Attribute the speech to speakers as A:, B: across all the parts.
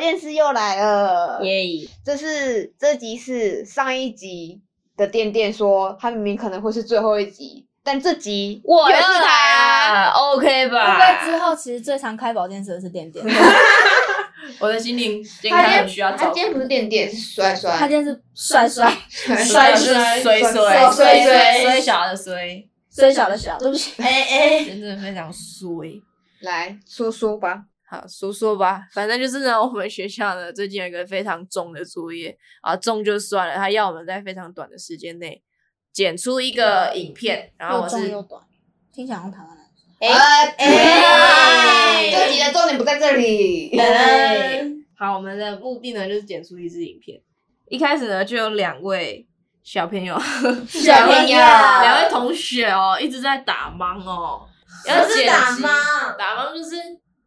A: 验室又来了。
B: 耶！
A: 这是这集是上一集的店店说，他明明可能会是最后一集，但这集
B: 我
A: 也是台啊。
B: 啊，OK
C: 会不
B: 吧？
C: 会之后其实最常开保健室的是点点？
D: 我的心灵健
A: 他
D: 康
A: 今
D: 很
A: 天
D: 需要
A: 他
D: 照
A: 今天
D: 顾
A: 不。是店店，是帅帅。
C: 他今天是帅帅
A: 天
D: 衰
A: 衰
D: 衰衰
B: 衰
A: 衰
D: 衰衰
B: 衰
D: 衰小的衰，
C: 虽小的小，对不起，
D: 哎哎，真的非常衰。
A: 来说说吧。
D: 好，说说吧，反正就是呢，我们学校呢最近有一个非常重的作业啊，重就算了，他要我们在非常短的时间内剪出一个啊影片，然后
C: 又
D: 我
C: 重又
D: 是
C: 短，听起来像台湾男生。
A: 哎
D: 哎
A: 这集的重点不在这里。
D: 噔好，我们的目的呢就是剪出一支影片。一开始呢就有两位小朋友，啊
A: 小朋友
D: 两位同学哦，一直在打忙哦，要剪辑
B: 吗？
D: 打棒就是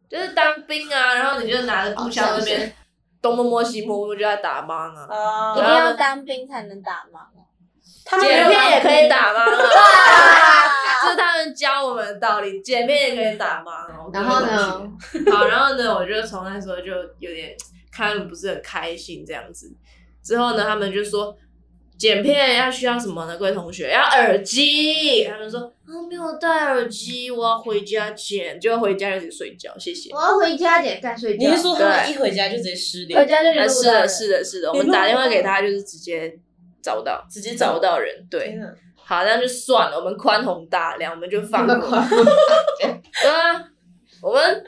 D: 就是当兵啊，然后你就拿着步枪那边东摸摸西摸摸就在打棒啊。
B: 啊
C: 一定要当兵才能打吗？
B: 他
D: 剪片也可以打棒啊，这是他们教我们的道理，剪片也可以打棒哦。
A: 然后呢？
D: 好，然后呢，我就从那时候就有点看他们不是很开心这样子。之后呢，他们就说剪片要需要什么呢？各位同学要耳机。他们说啊、没有戴耳机，我要回家剪，就回家就得睡觉，谢谢。
A: 我要回家点干睡
B: 你
A: 觉。
B: 是说他们一回家就直接失联，
C: 回家就觉
D: 啊，
C: 得
D: 是的，是的，是的，我
B: 联
D: 们
B: 络
D: 打电
B: 不
D: 话
B: 到
D: 给他就是直接找不到，
B: 直接
D: 找
B: 找
D: 不
B: 到。
D: 到人，对
B: 天。哪
D: 好，那就算了，我们宽宏大量，我们就放
A: 你们
D: 过
A: 宽
D: 对啊，我们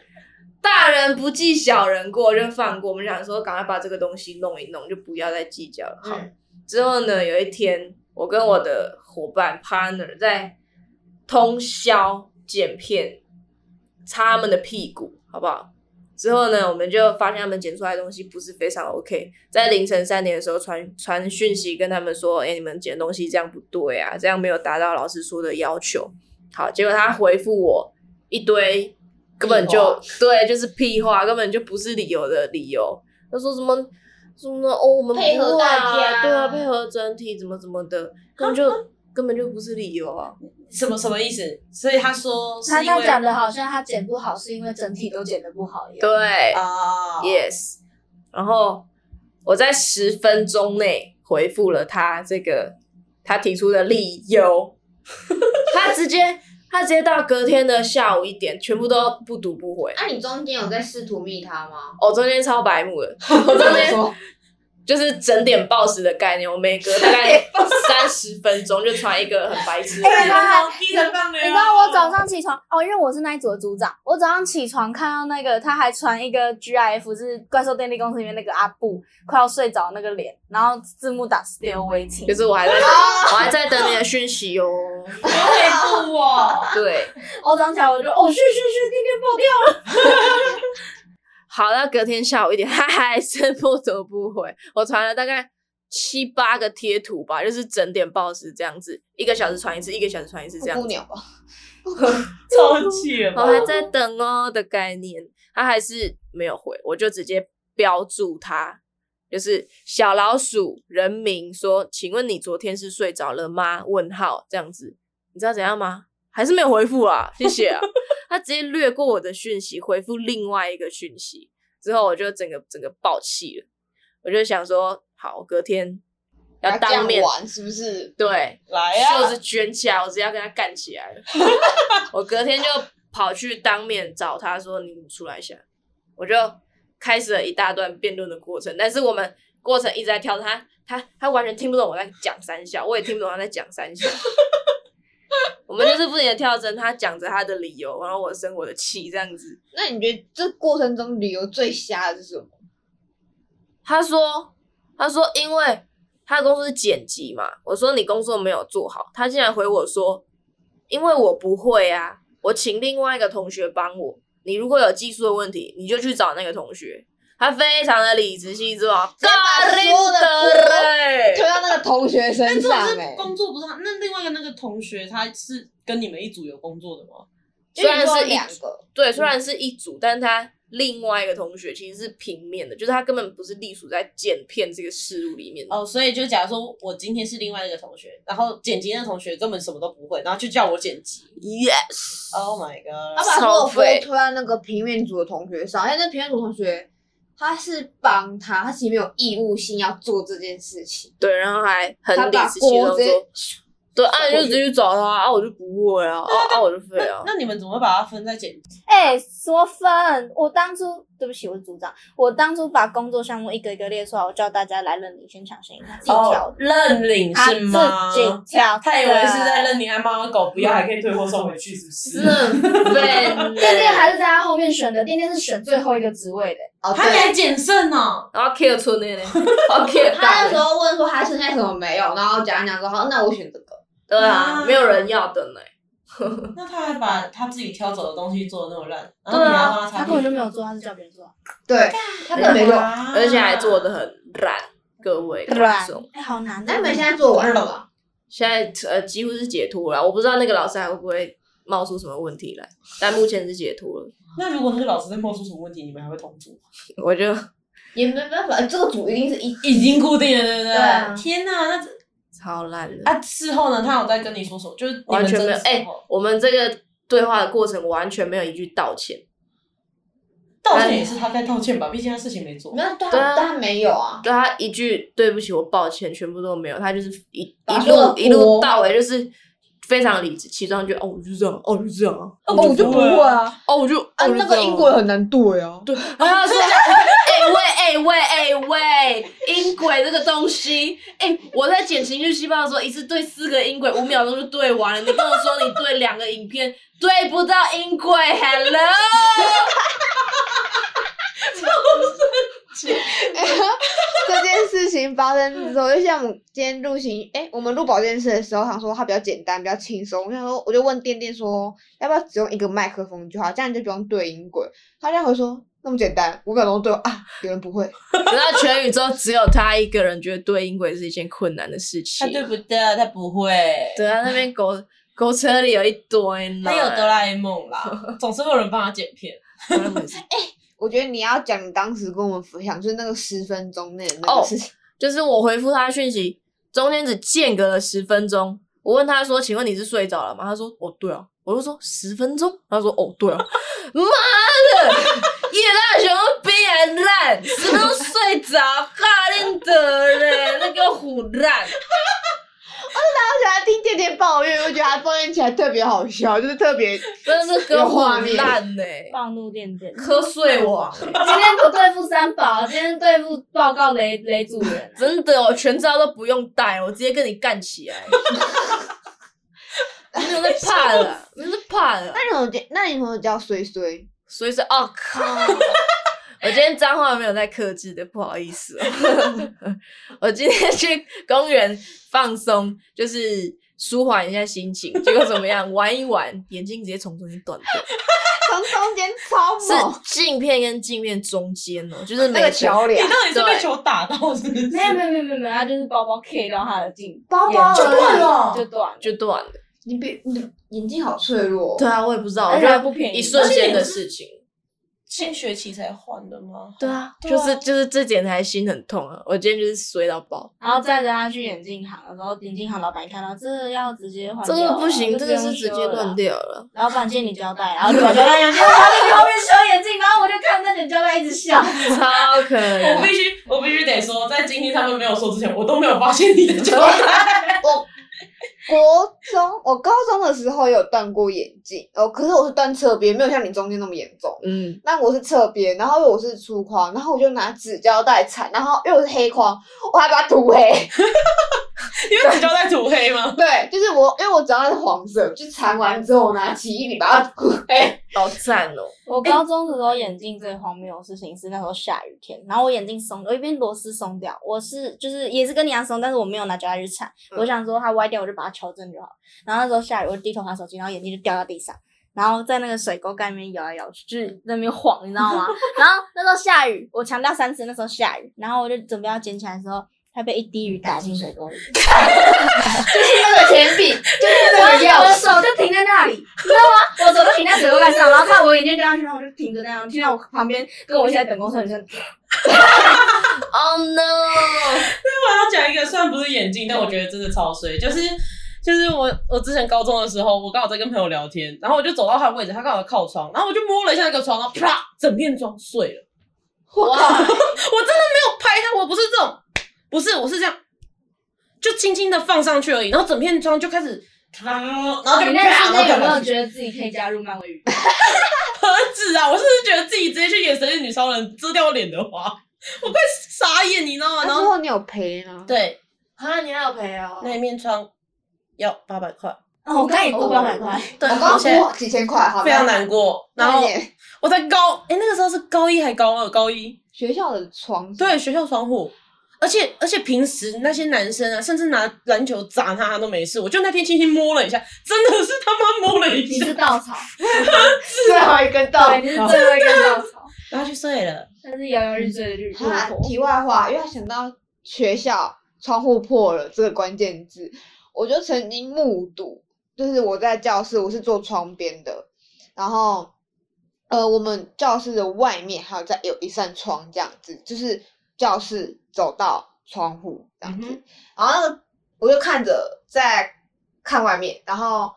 D: 大人不计小人过，就放过。我们想说，赶快把这个东西弄一弄，就不要再计较了。好，之后呢，有一天，我跟我的伙伴 partner 在通宵剪片，擦他们的屁股，好不好？之后呢，我们就发现他们剪出来的东西不是非常 OK，在凌晨三点的时候传传讯息跟他们说，哎、你们剪东西这样不对啊，这样没有达到老师说的要求。好，结果他回复我一堆根本
B: 屁
D: 就
B: 话
D: 对，就是屁话，根本就不是理由的理由。他说什么什么哦，我们
A: 配合
D: 不会啊
A: 大家
D: 对啊，配合整体怎么怎么的，根本就根本就不是理由啊。
B: 什么什么意思？所以他说是
C: 他
B: 因
C: 他
B: 为
C: 讲的好像他剪不好是因为整体都剪得不好一样。
D: 对、
B: 啊
D: y e s 然后我在十分钟内回复了他这个他提出的理由，他直接他直接到隔天的下午一点，全部都不读不回。
A: 那、你中间有在试图密他吗？
D: 我、中间超白目的，
A: 我
D: 中间就是整点报时的概念，我每隔大概三十分钟就传一个很白 痴的
B: 哎
D: 内容。
B: 他好低的放的。
C: 你知道我早上起床哦，因为我是那一组的组长，我早上起床看到那个他还传一个 GIF，是怪兽电力公司里面那个阿布快要睡着那个脸，然后字幕打刘维清
D: 就，是我还在，我还在等你的讯息哦。
B: 退步哦，
D: 对，
C: 我早上起来我就哦去去去，电电爆掉，
D: 好，那隔天下午一点， 他还是不得不回。我传了大概七八个贴图吧，就是整点报时这样子，一个小时传一次，一个小时传一次这样
A: 姑
D: 子。
A: 娘吧。
B: 超气了
D: 我
B: 吧？
D: 还在等哦的概念，他还是没有回，我就直接标注他，就是小老鼠人名说，请问你昨天是睡着了吗？问号这样子，你知道怎样吗？还是没有回复啊，谢谢啊。 他直接略过我的讯息，回复另外一个讯息，之后我就整个整个爆气了，我就想说，好，隔天要
A: 这样
D: 当面
A: 玩是不是？
D: 对
B: 来
D: 袖
B: 啊！
D: 子卷起来，我直接要跟他干起来 了。我隔天就跑去当面找他说：“你出来一下。”我就开始了一大段辩论的过程，但是我们过程一直在挑战他，他他完全听不懂我在讲三小，我也听不懂他在讲三 小。我们就是不停的跳针，他讲着他的理由，然后我生我的气这样子。
A: 那你觉得这过程中旅游最瞎的是什么？
D: 他说，他说因为他的工作是剪辑嘛，我说你工作没有做好，他竟然回我说，因为我不会啊，我请另外一个同学帮我，你如果有技术的问题，你就去找那个同学。他非常的理直气壮，
A: 直接把
D: 大
A: 所
D: 力
A: 有的
D: 的
A: 推
D: 嘞，
A: 到那个同学身
B: 但
A: 上
B: 这
A: 哎、
B: 是工作不是他，那另外一个那个同学他是跟你们一组有工作的吗？
A: 因为你
D: 虽然
A: 说
D: 是一
A: 两个，
D: 对，虽然是一组，但是他另外一个同学其实是平面的，就是他根本不是隶属在剪片这个事物里面的。
B: 哦，所以就假如说我今天是另外一个同学，然后剪辑那同学根本什么都不会，然后就叫我剪辑。
D: Yes，
B: Oh my
A: 他
B: god！
A: 把所有
D: 超
A: 锅
D: 废
A: 推到那个平面组的同学上，因为那平面组同学他是帮他，他其实没有义务性要做这件事情。
D: 对，然后还很
A: 他
D: 理
A: 把
D: 直气
A: 锅
D: 壮
A: 直接
D: 说，对，啊，你就直接去找他啊，我就不会啊，啊啊，我就废 啊。
B: 那你们怎么会把它分在简？
C: 哎、什么分？我当初对不起，我是组长，我当初把工作项目一个一个列出来，我叫大家来认领先抢先赢，自己挑
B: 哦，
C: 的。
B: 认领
C: 他
B: 是吗？
C: 自己挑的
B: 他以为是在认领，还骂狗不要，还可以退货送回去，是不
D: 真
B: 是？啊
D: 的笨
C: 店店还是在他后面选的，店店是选最后一个职位的。
A: 哦，
B: 他
A: 对，
B: 还减剩哦，
D: 然后 K 村的嘞，然后 K
A: 他那时
D: 大，
A: 候问说他剩下什么没有，然后讲一讲说好，那我选这个。
D: 对啊，
B: 啊
D: 没有人要的呢。
B: 那他还把他自己挑走的东西做的那么烂，然后
D: 对
B: 你还要
D: 啊
B: 帮
C: 他
B: 擦
C: 根本
B: 屁
C: 就
B: 股，
C: 没有做，他是叫别人做。
A: 对，他根本没做。
B: 哇
D: 而且还做的很烂，各位观
C: 软
D: 众，
C: 哎、好难。
A: 那你们现在做完了吧？
D: 现在呃几乎是解脱了，我不知道那个老师还会不会冒出什么问题来，但目前是解脱了，
B: 那如果那个老师再冒出什么问题，你们还会同组？
D: 我就
A: 也没办法，这个组一定是一
B: 已经固定了，对不对？
A: 对啊
B: 天哪，那这
D: 超烂的，
B: 啊事后呢？他有在跟你说什么？就是你
D: 完
B: 们
D: 全
B: 真
D: 没
B: 的
D: 有。哎、
B: 事后
D: 我们这个对话的过程完全没有一句道歉，
B: 道歉也是他在道歉吧，毕竟他事情没做。
A: 那他
D: 对啊
A: 但没有啊，
D: 对他一句对不起，我抱歉，全部都没有，他就是一
A: 把
D: 一
A: 所有
D: 路
A: 的
D: 一路
A: 锅
D: 到尾就是。非常理直气壮，就哦，我就这样，哦，我就这样啊，
B: 哦我就不会
A: 啊，
D: 哦，我就哦，我就这样
A: 很难对啊，
D: 对，然后他说，哎、喂，哎、喂，哎、喂，音轨这个东西，哎、我在剪情绪细胞的时候，一次对四个音轨，五秒钟就对完了。你跟我说你对两个影片对不到音轨，Hello，
A: 这件事情发生之后，就像我们今天录行，哎、我们录保健室的时候，想说它比较简单，比较轻松。我想说，我就问店店说，哎要不要只用一个麦克风就好，这样你就不用对音轨。他这回说那么简单，五秒钟对啊，有人不会。
D: 然后全宇宙只有他一个人觉得对音轨是一件困难的事
B: 他
D: 情。
B: 对不对？他不会。
D: 对啊，那边狗狗车里有一堆呢，
B: 他有哆啦 A 梦啦，总是会有人帮他剪片。
A: 我觉得你要讲你当时跟我们分享，就是那个十分钟内的那
D: 哦
A: 个事情。
D: 就是我回复他讯息，中间只间隔了十分钟。我问他说：“请问你是睡着了吗？”他说：“哦，对啊。”我就说：“十分钟。”他说：“哦，对啊。” 妈的，叶大雄比俺烂，十分钟睡着，哈令得嘞，那个虎烂。
A: 而且他听店店抱怨，我觉得他抱怨起来特别好笑，就是特别
D: 真的是
A: 有
D: 跟虎
A: 画面
D: 烂呢、欸，
C: 暴怒店店，
D: 瞌睡
B: 啊
D: 王、
C: 今天不对付三宝，今天对付报告雷雷主人。啊
D: 真的，我全招都不用带，我直接跟你干起 来。没有在怕了，没有在怕了。
A: 那你怎么叫？那你怎么叫衰 衰？
D: 所以说，哦靠！我今天脏话没有在克制的，不好意思、哦。 我今天去公园放松，就是舒缓一下心情。结果怎么样？玩一玩，眼睛直接从中间断掉。
A: 从中间超猛，
D: 是镜片跟镜片中间哦，就 是
A: 那
D: 每
A: 个
D: 球
A: 桥梁
B: 你。到底是
D: 对
B: 被球打到是不是？
C: 没有没有没有没有没有，他就是包包 K 到他的镜，
A: 包包
C: 眼睛
A: 就断了
C: 就断了。
D: 就断了。
A: 你别，你的眼睛好脆弱。哦
D: 对啊，我也不知道，我
C: 而
D: 觉
C: 且还
D: 得
C: 不便宜，
D: 一瞬间的事情。
B: 新学期才换的吗？
D: 对啊，
B: 对
D: 就
B: 啊
D: 是就是这点才心很痛啊！我今天就是衰到爆，
C: 然后载着他去眼镜行的时候，眼镜行老板一看到这要直接换
D: 这
C: 掉了，
D: 个不行，这
C: 啊就
D: 个
C: 不
D: 是
C: 用
D: 直接
C: 修了
D: 断。掉了。
C: 老板借你胶带，然后就把胶带扔掉，然后你后面修眼镜，然后我就看那卷胶带一直笑。
D: 超可怜。
B: 我必须，我必须得说，在今天他们没有说之前，我都没有发现你的球打。
A: 我国中，我高中的时候有断过眼镜，哦，可是我是断侧边，没有像你中间那么严重。
D: 嗯，
A: 那我是侧边，然后因为我是粗框，然后我就拿纸胶带缠，然后因为我是黑框，我还把它涂黑。
B: 因为纸胶带涂黑吗？
A: 对，就是我，因为我只要是黄色，就缠完之后我拿起一笔把它涂黑。
D: 好赞哦！
C: 我高中的时候眼镜最荒谬的事情是那时候下雨天，然后我眼镜松，有一边螺丝松掉，我是就是也是跟你一样松，但是我没有拿胶带去缠，
A: 嗯
C: 我想说它歪掉我就把它纠正就好。然后那时候下雨，我低头拿手机，然后眼镜就掉到地上，然后在那个水沟盖里面摇来摇去，就是在那边晃，你知道吗？然后那时候下雨，我强调三次那时候下雨，然后我就准备要捡起来的时候，它被一滴雨打进水沟里。
A: 就是那个铅笔， 就是那个
C: 我
A: 钥
C: 的
A: 匙。
C: 手就停在 那里，你知道吗？我手就停在水沟盖上，然后看我眼睛掉下去，然后我就停着那样，听到我旁边跟我一起在等公车的女生，
D: Oh no！
B: 我要讲一个，虽然不是眼镜，但我觉得真的超衰，就是。就是我，我之前高中的时候，我刚好在跟朋友聊天，然后我就走到他的位置，他刚好靠窗，然后我就摸了一下那个窗，然后啪，整片窗碎了。
A: 我靠，
B: 我真的没有拍它，我不是这种，不是，我是这样，就轻轻的放上去而已，然后整片窗就开始，然后就
C: 哦你那
B: 啪，
C: 瞬
B: 然后
C: 间
B: 就
C: 有没有
B: 何
C: 觉得自己可以加入漫威宇宙？
B: 止啊！我是不是觉得自己直接去演神力女超人遮掉我脸的话，我快傻眼，你知道吗？
A: 那
B: 然
A: 之 哦
B: 后
A: 后你有赔吗？
B: 对
D: 啊，你还有赔哦
B: 那一面窗要八百块，
C: 哦，我刚也
D: 过
C: 过
D: 八
C: 八
D: 百
C: 百
D: 块
C: 块，
B: 对，
A: 我刚
B: 我现在
A: 刚付几千块，好
B: 非常难过。然后
A: 那你
B: 我在高，哎、那个时候是高一还高二？高一。
A: 学校的床
B: 对，学校窗户，而且而且平时那些男生啊，甚至拿篮球砸他，他都没事。我就那天轻轻摸了一下，真的是他妈摸了一
C: 你
B: 下，
C: 是稻草，
A: 最后一根稻
C: 对，你是最后一根稻草，
B: 然后去睡了。
C: 但是摇摇欲坠的日落
A: 啊，
C: 魄。
A: 题外话，因为想到学校窗户破了这个关键字，我就曾经目睹，就是我在教室，我是坐窗边的，然后，呃，我们教室的外面还有在有一扇窗，这样子，就是教室走到窗户这样子，然后那个我就看着在看外面，然后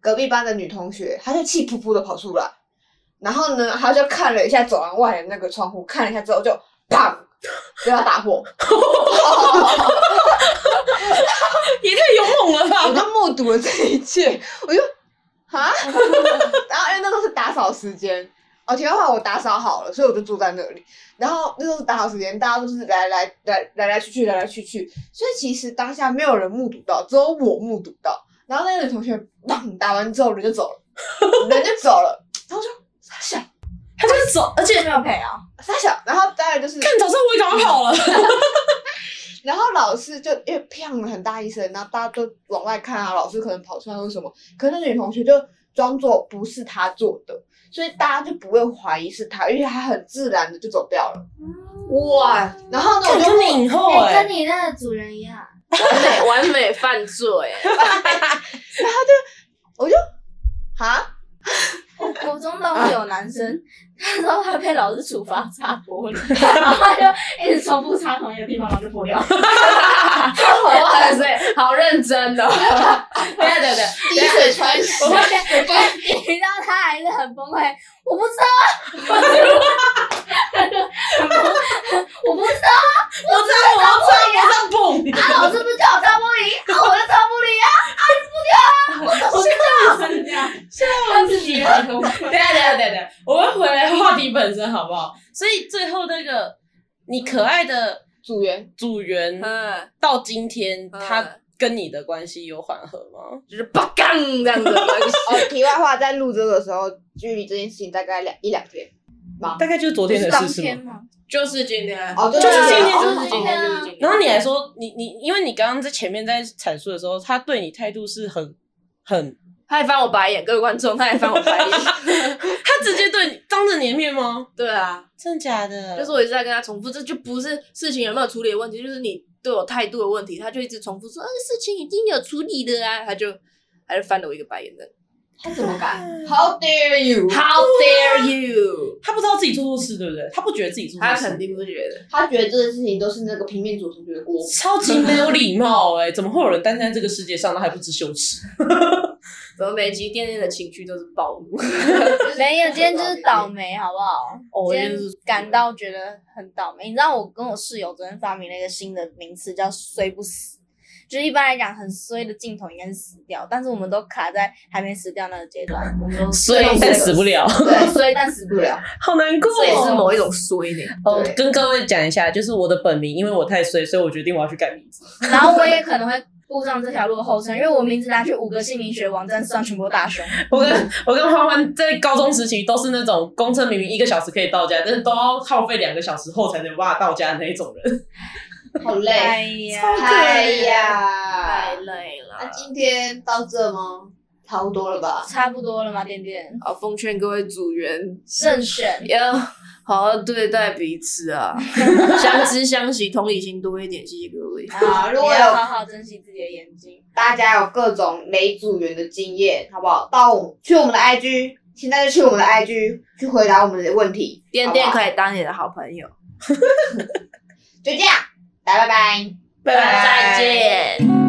A: 隔壁班的女同学，她就气扑扑的跑出来。然后呢，他就看了一下走廊外的那个窗户，看了一下之后就 砰，被他打破。
B: 也太勇猛了
A: 我
B: 吧！
A: 就目睹了这一 切，我就 啊，然后因为那时候是打扫时间，哦，题外话，我打扫好了，所以我就坐在那里。然后那时候是打扫时间，大家都是来来来来来去去，来来去去，所以其实当下没有人目睹到，只有我目睹到。然后那个女同学砰打完之后人就走 了，人就走了，然后我就傻笑
B: 他就是走，而且
C: 没有赔啊！
A: 傻笑，然后当然就是
B: 看早上我也赶快跑了。
A: 然后老师就因为砰了很大一声，然后大家都往外看啊，老师可能跑出来或什么，可是那女同学就装作不是她做的，所以大家就不会怀疑是她，因为她很自然的就走掉了。哇！然后呢，我
B: 看
A: 就
B: 跟
A: 目
B: 你影后哎、
C: 你那个主人一样，
D: 完美完美犯罪，欸
A: 哈，
C: 我国中倒会有男生，那时候他被老师处罚擦玻璃，然后他就一直重复擦同一个地方，然后就破掉。
D: 哇塞，好认真哦！
C: 对对对，
A: 滴水穿石
C: 我，发现，你知道他还是很崩溃，我不知道啊，我不知道
B: 我在我要在我在
C: 啊，老师不是叫我擦玻璃，啊，我就擦玻璃啊，
B: 蹦， 是这样。
C: 他自己很崩溃。
B: 等一下等一下等一下，啊我们回来话题本身好不好？所以最后那个你可爱的
A: 组 员
B: 组员
D: 嗯，
B: 到今天，
D: 嗯
B: 他跟你的关系有缓和吗？
D: 就是八杠这样子的 关系。
A: 哦，题外话，在录这个时候，距离这件事情大概两一两天。
B: 大概就是昨天的
A: 不是
B: 事
A: 当
B: 是吗？
C: 吗？
D: 就是今天，
A: 哦对
B: 就是今天
D: 就
B: 就是是
D: 今
B: 今
D: 天，
C: 天
D: 就是今天。
B: 然后你还说你你，因为你刚刚在前面在阐述的时候，他对你态度是很很，
D: 他还翻我白眼，各位观众，他还翻我白眼。
B: 他直接对你当着你的面吗？
D: 对啊，
B: 真的假的？
D: 就是我一直在跟他重复，这就不是事情有没有处理的问题，就是你对我态度的问题。他就一直重复说，啊，事情已经有处理了啊，他就他就翻了我一个白眼的。
A: 他怎么敢？How
C: 啊
A: dare you！
D: How dare you？
B: 他不知道自己做错事，对不对？他不觉得自己做
D: 他
B: 错事
D: 肯，定不觉得。
A: 他觉得这件事情都是那个平面组同学的锅。
B: 超级没有礼貌哎、怎么会有人单在这个世界上，他还不知 羞耻？
D: 怎么每一集店店的情绪都是暴露？
C: 没有，今天就是倒霉，好不好？
D: 哦
C: 我今天感到觉得很倒霉。你知道我跟我室友昨天发明了一个新的名词，叫“衰不死”。就是一般来讲，很衰的镜头应该是死掉，但是我们都卡在还没死掉那个阶段，我们都
B: 衰
C: 对
B: 但死不 了，
C: 对，衰但死不了。
B: 好难过、
D: 这也是某一种衰呢。
B: 哦
A: 对，
B: 跟各位讲一下，就是我的本名，因为我太衰，所以我决定我要去改名字。
C: 然后我也可能会步上这条路的后尘，因为我名字拿去五个姓名学网站上全部大凶。
B: 我跟我跟欢欢在高中时期都是那种公车明明一个小时可以到家，但是都要耗费两个小时后才能有办法到家的那一种人。
A: 好累，
C: 哎呀，
A: 哎呀，
D: 太累了
A: 那、。今天到这吗？差不多了吧？
C: 差不多了吗？点点
D: 好，啊奉劝各位组员
C: 慎选，
D: 要好好对待彼此 啊，相知相惜，同理心多一点，谢谢各位。
A: 好如果
C: 也
A: 有
C: 要 好好珍惜自己的眼睛。
A: 大家有各种雷组员的经验，好不好？到我去我们的 IG，现在就去我们的 IG 去回答我们的问题，
D: 店店
A: 好不好
D: 可以当你的好朋友，
A: 就这样，大家拜拜。
B: 拜
A: 拜
D: 再见。